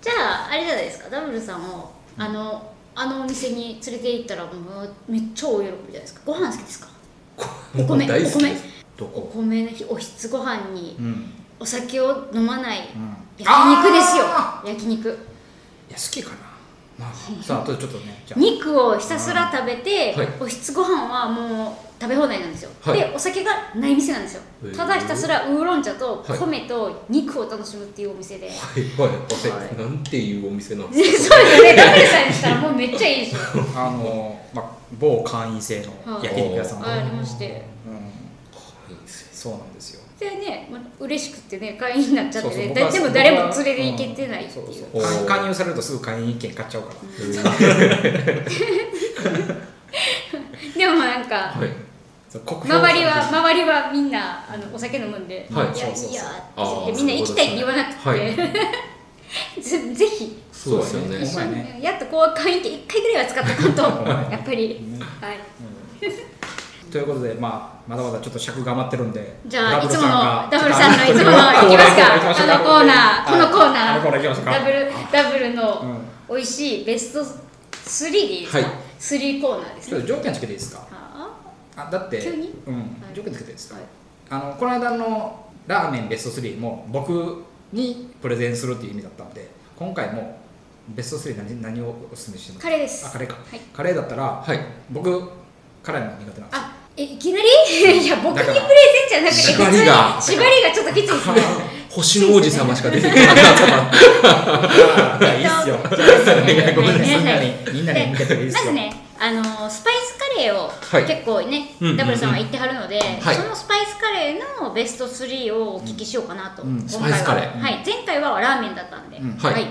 Speaker 2: じゃああれじゃないですかダブルさんをあのあのお店に連れて行ったらもうめっちゃ大喜びじゃないですかご飯好きですかお米
Speaker 3: 大好きです
Speaker 1: ど
Speaker 2: お
Speaker 1: こ
Speaker 2: 米の日おひつご飯に
Speaker 1: うんうん
Speaker 2: お酒を飲まない焼
Speaker 1: あ
Speaker 2: 肉
Speaker 1: ー
Speaker 2: ですよ焼肉
Speaker 1: いや好きかなまあさああとでちょっとねじゃあ
Speaker 2: 肉をひたすら食べて、
Speaker 3: はい
Speaker 2: おひつご飯はもう食べ放題なんですよ、
Speaker 3: はい
Speaker 2: でお酒がない店なんですよ
Speaker 3: へー
Speaker 2: ただひたすらウーロン茶と
Speaker 3: はい
Speaker 2: 米と肉を楽しむっていうお店 で、
Speaker 3: はいはい
Speaker 1: は
Speaker 3: はいなんていうお店なん
Speaker 2: そうですよね、ダブルさんにしたらもうめっちゃいいでしょ。
Speaker 1: あのまあ某会員制の焼肉屋さん
Speaker 2: ありまして、
Speaker 1: うん
Speaker 3: いいんですよ
Speaker 1: そうなんですよ
Speaker 2: でね、まあ、嬉しくてね会員になっちゃってね
Speaker 1: 僕は
Speaker 2: だでも誰も連れて行けてないっていう,、
Speaker 1: 僕は
Speaker 3: お
Speaker 1: んそうそう
Speaker 3: ー
Speaker 1: 勧誘されるとすぐ会員券買っちゃうから
Speaker 2: でもなんか、
Speaker 3: はい
Speaker 1: そう酷評され
Speaker 2: 周
Speaker 1: る
Speaker 2: りは周りはみんなあのお酒飲むんで、
Speaker 3: はい
Speaker 2: いや
Speaker 1: そうそうそう
Speaker 2: いや
Speaker 3: あ
Speaker 2: ーって
Speaker 3: ー
Speaker 2: 言ってみんな行きたいって言わなくて、
Speaker 3: そういうこ
Speaker 2: ぜぜひ、
Speaker 3: そうですよね
Speaker 1: そうだね
Speaker 2: やっとこう会員って1回ぐらいは使っとかんと
Speaker 1: 前
Speaker 2: やっぱり、
Speaker 1: ね
Speaker 2: はい、
Speaker 1: ということで、まあ、まだまだちょっと尺が余ってるんで、
Speaker 2: じゃあ
Speaker 1: ダ
Speaker 2: い
Speaker 1: ブ
Speaker 2: つ
Speaker 1: ル
Speaker 2: もの
Speaker 1: さんが
Speaker 2: ダブルさんのいつも
Speaker 1: ちょ
Speaker 2: の
Speaker 1: っと
Speaker 2: 行きます
Speaker 1: コーナー行きましょうか
Speaker 2: かあのコーナーこ
Speaker 1: はい
Speaker 2: のコーナ
Speaker 1: あのコーナー行
Speaker 2: ー
Speaker 1: きましょうか
Speaker 2: ダブルダブルの
Speaker 1: うん
Speaker 2: 美味しいベスト3でいいですか、
Speaker 3: はい
Speaker 2: 3コーナーです
Speaker 1: ちょっ
Speaker 2: ね
Speaker 1: と条件つけていいですか
Speaker 2: あ
Speaker 1: あだって
Speaker 2: 急に
Speaker 1: うん
Speaker 2: はい、
Speaker 1: 条件つけていいですか、
Speaker 2: はい
Speaker 1: あのこの間のラーメンベスト3も僕にプレゼンするっていう意味だったので今回もベスト3何何をおすすめしてます
Speaker 2: カレーです
Speaker 1: あカレーか、
Speaker 2: はい
Speaker 1: カレーだったら、
Speaker 3: はい
Speaker 1: 僕辛いの苦手なんですよ
Speaker 2: あえいきなり いや僕にプレゼンじゃなくて
Speaker 3: 縛りが
Speaker 2: 普通に縛りがちょっときついですね
Speaker 3: 星の王子様しか出てこなかったか
Speaker 1: あーいやいいっすよ
Speaker 2: ごめんな
Speaker 1: みんな
Speaker 2: さい
Speaker 1: にみんなに向けていいっ
Speaker 2: ますず
Speaker 1: よ、
Speaker 2: ねあのースパイスカレーを
Speaker 3: はい
Speaker 2: 結構ね、
Speaker 3: うんうんうん
Speaker 2: ダブルさんは言ってはるので、
Speaker 3: はい
Speaker 2: そのスパイスカレーのベスト3をお聞きしようかなと、
Speaker 1: うんうん
Speaker 2: 今
Speaker 3: ス
Speaker 2: 回は
Speaker 3: パイスカレー
Speaker 2: はい、前回はラーメンだったんで、
Speaker 1: うん
Speaker 3: はい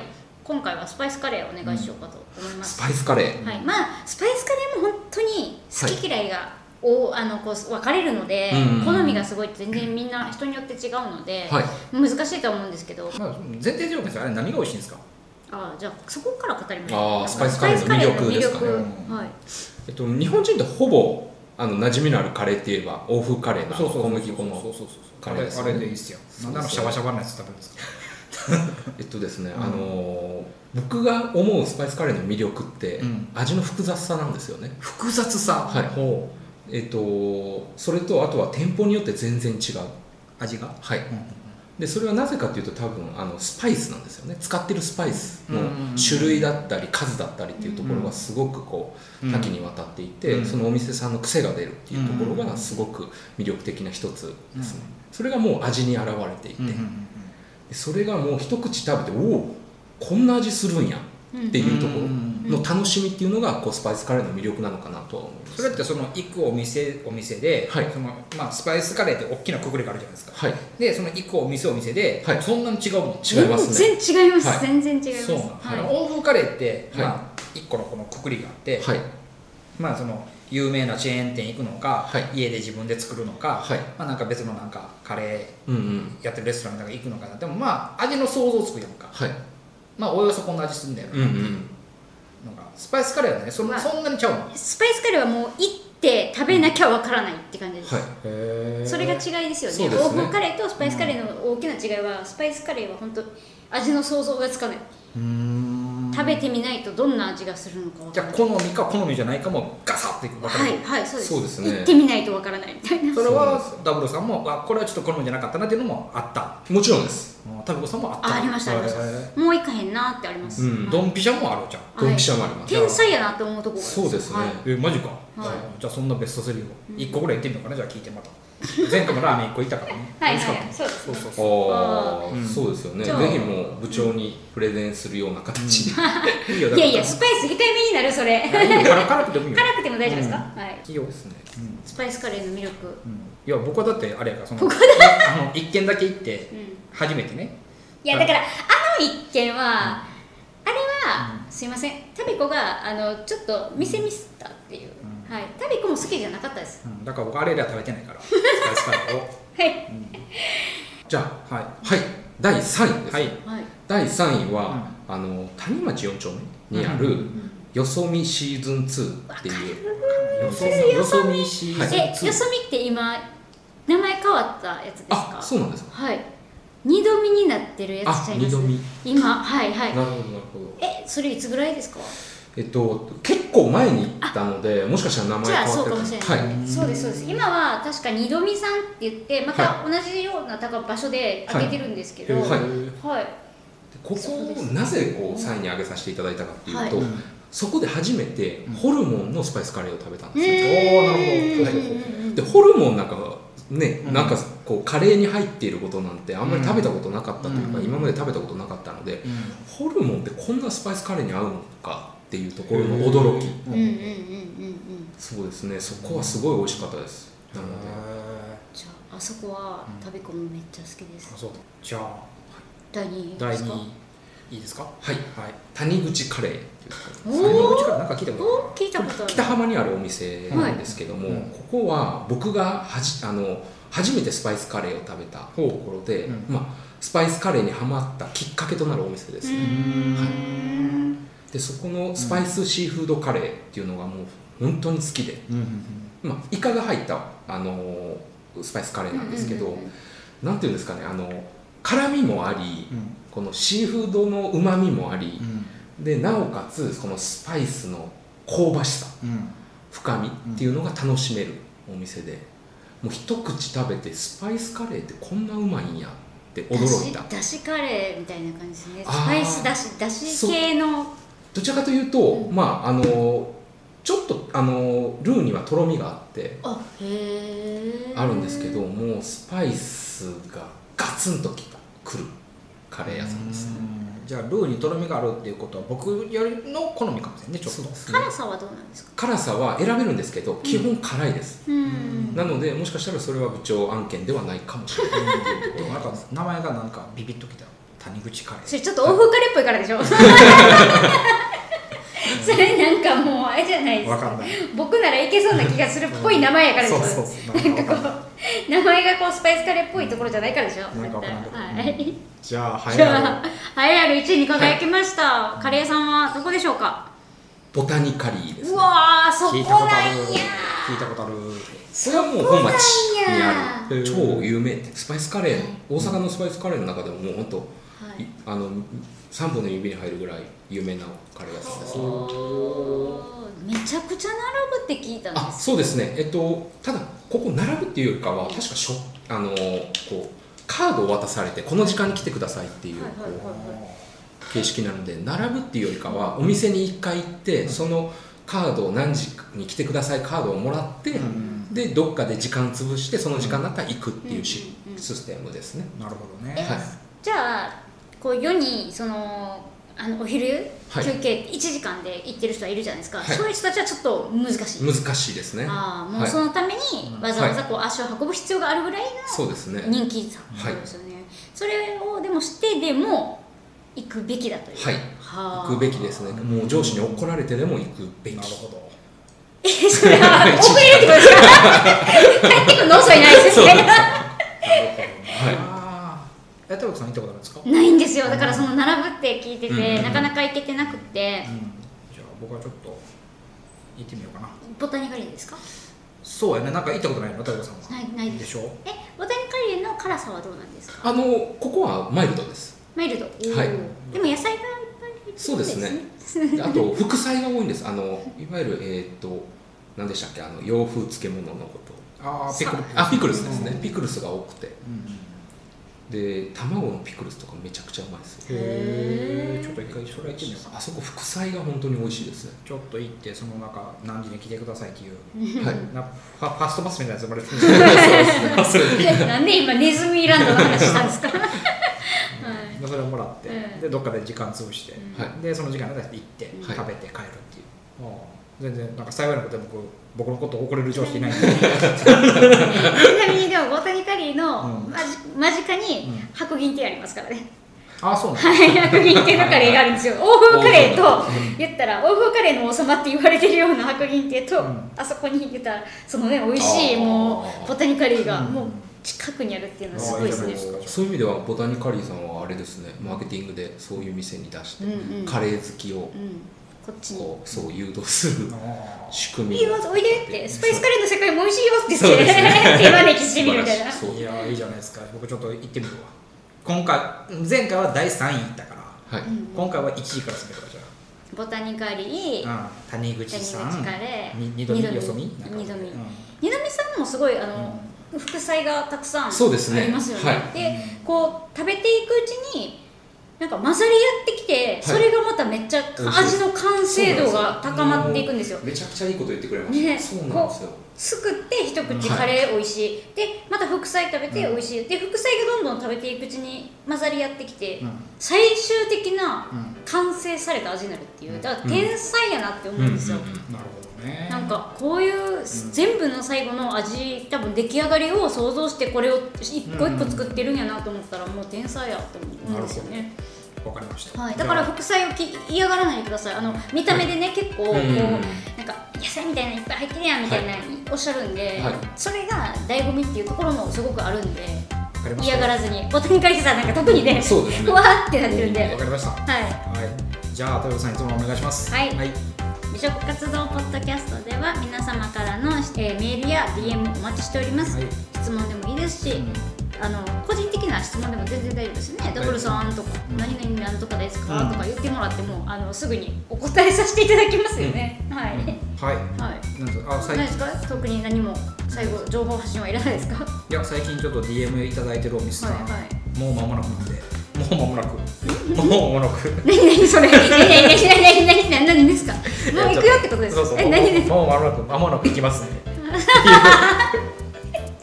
Speaker 2: 今回はスパイスカレーをお願いしようかと思いま
Speaker 3: らス
Speaker 2: す、
Speaker 3: パイスカレー
Speaker 2: はい、まあスパイスカレーも本当に好き嫌いが、おあのこう分かれるので、
Speaker 3: うんうん
Speaker 2: 好みがすごい全然みんな人によって違うので、
Speaker 3: はい
Speaker 2: 難しいと思うんですけど
Speaker 1: まあ、前提条件ですよあれ何が美味しいんですか
Speaker 2: あじゃあそこから語りましょう
Speaker 3: あースパイスカレーの魅力
Speaker 2: スパイスカレ
Speaker 1: で
Speaker 2: ーの魅
Speaker 1: すかね
Speaker 2: 力はい
Speaker 3: えっと、日本人ってほぼあの馴染みのあるカレーっていえば欧風カレーな
Speaker 1: そうそう
Speaker 3: 小麦粉の
Speaker 1: そうそうそう
Speaker 3: カ
Speaker 1: あ
Speaker 3: レー
Speaker 1: れ
Speaker 3: です
Speaker 1: あれ
Speaker 3: よ
Speaker 1: でいい
Speaker 3: ね
Speaker 1: っすよ
Speaker 3: そうそ
Speaker 1: な
Speaker 3: うん
Speaker 1: であのシャワシャワのやつ食べるんですか
Speaker 3: えっとですね、
Speaker 1: うん
Speaker 3: あのー僕が思うスパイスカレーの魅力って、
Speaker 1: うん
Speaker 3: 味の複雑さなんですよね
Speaker 1: 複雑さ、
Speaker 3: はい
Speaker 1: ほ
Speaker 3: えっとそれとあとは店舗によって全然違う
Speaker 1: う味が、
Speaker 3: はい
Speaker 1: うんうん
Speaker 3: でそれはなぜかというと多分あのスパイスなんですよね使ってるスパイスの
Speaker 1: うんうんうん
Speaker 3: 種類だったり数だったりっていうところがすごくこう
Speaker 1: うん
Speaker 3: 多岐にわたっていて、
Speaker 1: うん
Speaker 3: そのお店さんの癖が出るっていうところ
Speaker 1: うんうんう
Speaker 3: が
Speaker 1: ん
Speaker 3: すごく魅力的な一つですね、それがもう味に表れていて、
Speaker 1: うんうんうん
Speaker 3: でそれがもう一口食べておおこんな味するんや
Speaker 2: うん
Speaker 3: っていうとこ
Speaker 1: うんうん
Speaker 3: ろの楽しみっていうのがこうスパイスカレーの魅力なのかなとは思います
Speaker 1: それってその行くお店お店で、
Speaker 3: はい
Speaker 1: そのまあ、スパイスカレーって大きなくくりがあるじゃないですか
Speaker 3: はい
Speaker 1: でその行くお店お店で、
Speaker 3: はい
Speaker 1: そんなに違うもん
Speaker 3: 違いますね
Speaker 2: 全然違います、
Speaker 3: はい
Speaker 2: 全然違います
Speaker 1: そうなの、
Speaker 2: は
Speaker 1: あ
Speaker 2: い、
Speaker 1: の欧風カレーって、
Speaker 3: はい
Speaker 1: まあ、一個のこのくくりがあって、
Speaker 3: はい
Speaker 1: まあ、その有名なチェーン店行くのか、
Speaker 3: はい
Speaker 1: 家で自分で作るのか、
Speaker 3: はい
Speaker 1: まあ、なんか別のなんかカレ
Speaker 3: うんうん
Speaker 1: ーやってるレストランなんか行くのかでもまあ味の想像つくやんか
Speaker 3: はい
Speaker 1: まあおおよそこんな味するんだよ
Speaker 3: うんうん
Speaker 1: なんかスパイスカレーはねそ,、
Speaker 2: まあ
Speaker 1: そんなにちゃうの
Speaker 2: スパイスカレーはもう行って食べなきゃわからないって感じです、
Speaker 3: はい
Speaker 2: それが違いですよ
Speaker 3: そう
Speaker 2: ね
Speaker 3: です
Speaker 2: 欧
Speaker 3: ね
Speaker 2: 風カレーとスパイスカレーの大きな違いは、スパイスカレーは本当味の想像がつかない
Speaker 1: うん
Speaker 2: 食べてみないとどんな味がするのかわ
Speaker 1: じ
Speaker 2: か
Speaker 1: ゃ
Speaker 2: ら
Speaker 1: あ
Speaker 2: な
Speaker 1: 好
Speaker 2: い
Speaker 1: みか好みじゃないかもガサッて分か
Speaker 2: は
Speaker 1: れる、
Speaker 2: いはいそうです
Speaker 3: そうですね
Speaker 2: 行ってみないとわからないみたいな
Speaker 1: それ
Speaker 3: そう
Speaker 1: はダブルさんもあこれはちょっと好みじゃなかったなっていうのもあった
Speaker 3: もちろんです
Speaker 1: うんタブコさんもあった
Speaker 2: あありましたありました
Speaker 1: へ
Speaker 2: もう行かへんなってあります、
Speaker 3: うん
Speaker 1: ー
Speaker 2: はい
Speaker 1: ドンピシャもあるじゃん
Speaker 3: ドンピシャもあります
Speaker 2: 天才やなって思うところ
Speaker 3: そうですね
Speaker 2: はい
Speaker 1: えマジか、
Speaker 2: は
Speaker 1: じゃあそんなベスト3を1個ぐらい行ってみようかなじゃあ聞いてまた前回もラーメン1個行ったからね
Speaker 2: はい
Speaker 1: 美味しかっ
Speaker 2: は
Speaker 1: た
Speaker 2: い
Speaker 1: ね
Speaker 2: そうです
Speaker 1: そう
Speaker 2: ね
Speaker 1: そうそう
Speaker 3: あ
Speaker 1: う
Speaker 3: あ
Speaker 1: ん
Speaker 3: そうですよね
Speaker 2: じゃ
Speaker 3: ぜ
Speaker 2: あ
Speaker 3: ひもう部長にプレゼンするような形で
Speaker 1: いいよだ
Speaker 2: い
Speaker 1: か
Speaker 2: や
Speaker 1: ら
Speaker 2: いやスパイス控えめになるそ れ
Speaker 1: いいよ辛辛くてもいいよ
Speaker 2: 辛くても大丈夫ですか、はい
Speaker 1: いいよ、
Speaker 3: ですね
Speaker 1: うん
Speaker 2: スパイスカレーの魅力
Speaker 1: うんいや僕はだってあれやからその
Speaker 2: 僕
Speaker 1: あの1軒だけ行って
Speaker 2: うんい
Speaker 1: 初めてね
Speaker 2: やだからあの一件は、あれは、すいませんタビコがあのちょっと店ミスったっていう、
Speaker 1: う
Speaker 2: はいタビコも好きじゃなかったです
Speaker 1: うんだから僕あれ以来食べてない からスパイスカレーを
Speaker 2: はい
Speaker 3: じゃ
Speaker 1: はい
Speaker 3: あはい第3位です、
Speaker 1: はい
Speaker 2: はい
Speaker 3: 第3位は、あの谷町4丁目にある、よそ見シーズン2っていう
Speaker 1: よそ見よそ見シーズン
Speaker 2: えよそ
Speaker 1: 2
Speaker 2: 見って今名前変わったやつですか
Speaker 3: あそうなんですか
Speaker 2: はい二度見になってるやつちゃいます
Speaker 3: あ二度見
Speaker 2: 今はいは
Speaker 3: ないるほどなるほど
Speaker 2: えそれいつぐらいですか
Speaker 3: えっと結構前に行ったのでもしかしたら名
Speaker 2: じゃ
Speaker 3: 前
Speaker 2: あ
Speaker 3: 変
Speaker 2: そ
Speaker 3: わ
Speaker 2: う
Speaker 3: って
Speaker 2: か
Speaker 3: る
Speaker 2: もしれない、
Speaker 3: はい
Speaker 2: そうですそうです今は確か二度見さんって言ってまた同じような多分場所で開けてるんですけどは
Speaker 3: は
Speaker 2: いい、
Speaker 3: はい
Speaker 2: はい
Speaker 3: こ
Speaker 2: そうで
Speaker 3: こを
Speaker 2: す
Speaker 3: なぜこう3位に上げさせていただいたかっていうと、
Speaker 2: は
Speaker 3: そこで初めて
Speaker 1: うん
Speaker 3: ホルモンのスパイスカレーを食べたん
Speaker 2: う
Speaker 3: です
Speaker 1: ー
Speaker 3: よ、
Speaker 2: ん
Speaker 1: なるほど
Speaker 3: でホルモンなんかね、
Speaker 1: うん
Speaker 3: なんかこうカレーに入っていることなんてあんまり食べたことなかったというか、
Speaker 1: うん
Speaker 3: 今まで食べたことなかったので
Speaker 1: うん
Speaker 3: ホルモンってこんなスパイスカレーに合うのかっていうところの驚き、
Speaker 2: うんうんうんうんうんうんうん
Speaker 3: そうですねそこはすごい美味しかったですなので
Speaker 1: へー
Speaker 2: じゃあそこは
Speaker 1: うん
Speaker 2: 食べ込むめっちゃ好きです、
Speaker 1: あそうじゃあ
Speaker 2: 第2位
Speaker 1: 第
Speaker 2: ですか
Speaker 1: 2位いいですか
Speaker 3: はい
Speaker 1: はい
Speaker 3: 谷口カレーっていう
Speaker 2: お
Speaker 1: 最後
Speaker 2: ー
Speaker 1: 口からなんか聞いたことある
Speaker 2: お聞いたことある
Speaker 3: 北浜にあるお店なんですけども、
Speaker 1: はい
Speaker 3: ここは僕がはじあの初めてスパイスカレーを食べたところ
Speaker 1: ほ
Speaker 3: で、
Speaker 1: うう
Speaker 3: まあ、スパイスカレーにはまったきっかけとなるお店です、
Speaker 2: う
Speaker 3: ね
Speaker 2: ん
Speaker 1: は
Speaker 3: でそこのスパイスシーフードカレーっていうのがもう本当に好きで、
Speaker 1: うんうん
Speaker 3: まあ、イカが入った、あのースパイスカレーなんですけど、
Speaker 2: うんうんうんうん
Speaker 3: なんていうんですかねあの辛みもあり
Speaker 1: うん
Speaker 3: このシーフードのうまみもあり
Speaker 1: う、ん
Speaker 3: でなおかつこのスパイスの香ばしさ
Speaker 1: うん
Speaker 3: 深みっていうのが楽しめるお店でもう一口食べてスパイスカレーってこんなうまいんやって驚いた
Speaker 2: だしだしカレーみたいな感じですね
Speaker 3: あー
Speaker 2: スパイスだしだし系の
Speaker 3: どちらかというと、
Speaker 2: う
Speaker 3: まああのちょっとあのルーにはとろみがあって
Speaker 2: あへえ
Speaker 3: あるんですけどもうスパイスがガツンときたくるカレー屋さんですね
Speaker 1: うんじゃあルーにとろみがあるっていうことは僕よりの好みかもしれないねちょっと
Speaker 3: そうですね
Speaker 2: 辛さはどうなんですか
Speaker 3: 辛さは選べるんですけど基本辛いで
Speaker 2: う
Speaker 3: す、
Speaker 2: ん
Speaker 3: なのでもしかしたらそれは部長案件ではないかもしれな い
Speaker 1: でもなんか名前がなんかビビッときた谷口カレ
Speaker 2: そ
Speaker 1: ー
Speaker 2: れちょっと欧風カレーっぽいから でしょそれなんかもうあれじゃないです
Speaker 1: わかんない
Speaker 2: 僕ならいけそうな気がするっぽい名前やからでしょ
Speaker 1: そうそうそう
Speaker 2: なんかこう名前がこうスパイスカレーっぽいところじゃないからでしょ
Speaker 1: なんかわからんけど
Speaker 2: はい
Speaker 1: じゃあ
Speaker 2: じ
Speaker 1: 流行
Speaker 2: ゃあ栄えある1位に輝きました、カレー屋さんはどこでしょうか
Speaker 3: ボタニカリーです
Speaker 2: う
Speaker 3: ね
Speaker 2: わーそこ
Speaker 1: 聞いた
Speaker 2: な
Speaker 1: ことある
Speaker 2: んや
Speaker 1: 聞いたことある
Speaker 3: これはもう本町にあ
Speaker 1: そうなんや
Speaker 3: る超有名店スパイスカレー、
Speaker 2: はい
Speaker 3: 大阪のスパイスカレーの中でももう本当、いあの3本の指に入るぐらい有名なカレー屋さんですね
Speaker 2: めちゃくちゃ並ぶって聞いたん
Speaker 3: あ
Speaker 2: です
Speaker 3: そうですねえっとただここ並ぶっていうよりかは確かしょあのこうカードを渡されてこの時間に来てくださいっていう、
Speaker 2: はいはいはい
Speaker 3: こう形式なので並ぶっていうよりかはお店に1回行ってそのカードを何時に来てくださいカードをもらって、
Speaker 1: うん
Speaker 3: でどっかで時間潰してその時間になったら行くっていうし
Speaker 2: うんうんうん
Speaker 3: システムですね、
Speaker 1: なるほど
Speaker 2: え
Speaker 1: ね
Speaker 3: はい
Speaker 2: じゃあこう世にそのあのお昼、
Speaker 3: はい
Speaker 2: 休憩1時間で行ってる人はいるじゃないですか、
Speaker 3: はい
Speaker 2: そういう人たちはちょっと難しい、
Speaker 3: 難しいですね
Speaker 2: ああも
Speaker 3: は
Speaker 2: う
Speaker 3: い
Speaker 2: そのためにわざわざこう足を運ぶ必要があるぐらい
Speaker 3: そうですね
Speaker 2: の人気作ですよね、それをでもしてでも行くべきだという
Speaker 3: はい
Speaker 2: はあ
Speaker 3: 行くべきですねもう上司に怒られてでも行くべき
Speaker 1: なるほど
Speaker 2: えそれは遅れるってことですか帰ってくるの遅いないです
Speaker 3: そう
Speaker 2: ね
Speaker 1: なるほど
Speaker 3: はい
Speaker 1: いえ太郎さん行ったことあるんですか
Speaker 2: ないんですよだからその並ぶって聞いてて、
Speaker 3: うんうんうん
Speaker 2: なかなか行けてなくって
Speaker 1: うんじゃあ僕はちょっと行ってみようかな
Speaker 2: ボタニカリーですか
Speaker 1: そうやねなんか行ったことないの太郎さんは
Speaker 2: ないないで
Speaker 1: ですしょ
Speaker 2: えボタニカリーの辛さはどうなんですか
Speaker 3: あのここはマイルドです
Speaker 2: マイルド、おー
Speaker 3: はい
Speaker 2: でも野菜がいっぱい入ってるん
Speaker 3: そうですね
Speaker 2: すね
Speaker 3: であと副菜が多いんですあのいわゆるえっ、と何でしたっけあの洋風漬物のこと
Speaker 1: ああピクルス
Speaker 3: あピクルスですね、
Speaker 1: うん
Speaker 3: ピクルスが多くて
Speaker 1: うん
Speaker 3: で卵のピクルスとかめちゃくちゃうまいですよ
Speaker 1: へえちょっと一回それ行ってみようかな
Speaker 3: あそこ副菜が本当に美味しいですね
Speaker 1: ちょっと行ってその中何時に来てくださいっていう
Speaker 3: はい
Speaker 1: なファファストパスみたいなやつもられ てる
Speaker 3: そうですねそれ
Speaker 2: なんで今ネズミランドの話したんですかはい
Speaker 1: でそれをもらって、
Speaker 2: うん
Speaker 1: でどっかで時間潰して、
Speaker 2: うん
Speaker 3: はい
Speaker 1: でその時間に対して行って、
Speaker 2: はい
Speaker 1: 食べて帰るっていう、ああ全然なんか幸いなことで僕僕のことを怒れる上司い ないんで
Speaker 2: ちなみにでもボタニカリーの
Speaker 1: うん
Speaker 2: 間じ間近に
Speaker 1: うん
Speaker 2: 白銀亭ありますからね、
Speaker 1: ああそうなんだ
Speaker 2: はい 白銀亭のカレーがあるんですよ欧風カレーと言ったら欧風カレーの王様って言われてるような白銀亭と、
Speaker 1: うん
Speaker 2: あそこに言ったらそのね美味しい
Speaker 3: あー
Speaker 2: もうボタニカリーが
Speaker 1: うん
Speaker 2: もう近くにあるっていうのはすごいです
Speaker 1: あーいいじ
Speaker 2: ね
Speaker 1: ゃないですか
Speaker 3: そういう意味ではボタニカリーさんはあれですねマーケティングでそういう店に出して、
Speaker 2: うんうん
Speaker 3: カレー好きを
Speaker 2: うんこっちに
Speaker 3: こうそう誘導する
Speaker 1: ああ
Speaker 3: 仕組
Speaker 2: 「い
Speaker 3: み
Speaker 2: いよおいで」って「スパイスカレーの世界も美味しいよ」って言って、手招きしてみるみたいな
Speaker 3: そう
Speaker 1: いやいいじゃないですか僕ちょっと行ってみるわ今回前回は第3位行ったから、
Speaker 3: はい、
Speaker 2: うん
Speaker 1: 今回は1位から攻めるからじゃ
Speaker 2: ボタニカリー
Speaker 1: あ、うん、谷口さん
Speaker 2: 谷口カレー
Speaker 1: に二度見
Speaker 2: 二度見
Speaker 1: よそ見なんか
Speaker 2: 二度見
Speaker 1: うん
Speaker 2: 二宮さんもすごいあの、副菜がたくさんあります
Speaker 3: そ
Speaker 2: よ
Speaker 3: う
Speaker 2: ね
Speaker 3: ですねはい
Speaker 2: で
Speaker 1: うん
Speaker 2: こう食べていくうちになんか混ざり合ってきて、
Speaker 3: い
Speaker 2: それがまためっちゃ
Speaker 3: 美味しい
Speaker 2: 味の完成度が高まっていくんですよ
Speaker 3: めちゃくちゃいいこと言ってくれま
Speaker 2: ね
Speaker 3: そうなんですよ
Speaker 2: すくって一口
Speaker 3: はい
Speaker 2: カレー美味しい、でまた副菜食べて
Speaker 1: うん
Speaker 2: 美味しい、で副菜がどんどん食べていくうちに混ざり合ってきて、
Speaker 1: うん
Speaker 2: 最終的な
Speaker 1: うん
Speaker 2: 完成された味になるっていうだから
Speaker 3: うん
Speaker 2: 天才やなって思うんですよ、
Speaker 3: うんうんうん
Speaker 1: なるほどね
Speaker 2: なんかこういう全部の最後の味多分出来上がりを想像してこれを一個一個作ってるんやなと思ったらもう天才やと思うんですよね、
Speaker 1: わかりました、
Speaker 2: はい、だから副菜をき嫌がらないでくださいあの見た目でね、結構こう、
Speaker 3: うん
Speaker 2: なんか野菜みたいなのいっぱい入ってるやんみたいな
Speaker 3: はい
Speaker 2: おっしゃるんで、
Speaker 3: はい
Speaker 2: それが醍醐味っていうところもすごくあるんで
Speaker 1: わかりました
Speaker 2: 嫌がらずに大谷会社さんなんか特にね
Speaker 3: そうですね
Speaker 2: わーってなってるんで、
Speaker 1: わかりましたは
Speaker 2: はい
Speaker 1: いじゃあ豊田さんいつもお願いします
Speaker 2: はい
Speaker 1: はい
Speaker 2: 美食活動ポッドキャストでは皆様からの、えーメールや DM お待ちしております、
Speaker 1: はい
Speaker 2: 質問でもいいですし、
Speaker 1: うん
Speaker 2: あの個人的な質問でも全然大丈夫ですね、ダブルさんとか、
Speaker 1: うん
Speaker 2: 何々なんとかですか、
Speaker 1: うん
Speaker 2: とか言ってもらってもあのすぐにお答えさせていただきますよね、はい、
Speaker 1: は
Speaker 2: はい
Speaker 1: いなんとあ最
Speaker 2: 何
Speaker 1: 近
Speaker 2: ですか特に何も最後情報発信はいらないですかはい
Speaker 1: や最近ちょっと DM いただいてるお店さん、
Speaker 2: いはい
Speaker 1: もう間もなくなんでもう間 もなくもう間もなく
Speaker 2: 何何それ何何何何何何何ですかもう行くよってことです
Speaker 1: そうそう
Speaker 2: え何です
Speaker 1: もう間もなく間もなく行きますね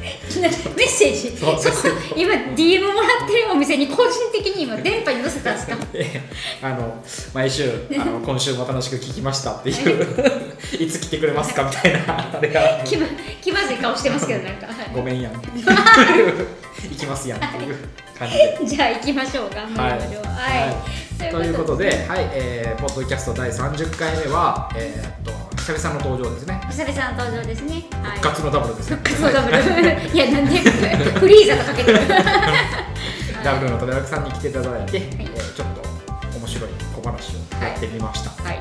Speaker 2: メッセージ
Speaker 1: そうそうそう
Speaker 2: 今 DM もらってるお店に個人的に今電波に載せたんですか
Speaker 1: えあの毎週あ の今週も楽しく聞きましたっていう いつ来てくれますかみたいなあれ が
Speaker 2: 気ま気まずい顔してますけどなんか、はい
Speaker 1: ごめ んやんっていう行きますやんっていう感じで。
Speaker 2: じゃあ行きましょう頑張りましょうは
Speaker 1: は
Speaker 2: い、
Speaker 1: いということで、はいえー、ポッドキャスト第30回目は、えーっと久々の登場ですね。
Speaker 2: 久々の登場ですねはい
Speaker 1: 復活のダブルですね。
Speaker 2: 復活のダブル いやなんでフリーザとかけてる
Speaker 1: ダブルの豊田さんに来ていただいて、
Speaker 2: い
Speaker 1: えーちょっと面白い小話をやってみました。
Speaker 2: はい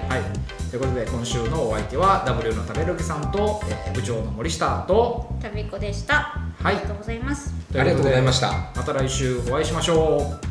Speaker 1: ということで今週のお相手は W の食べるきさんと、えー部長の森下と
Speaker 2: 旅子でしたあ
Speaker 1: はい
Speaker 2: りがとうございます
Speaker 3: ありがとうございました
Speaker 1: また来週お会いしましょう。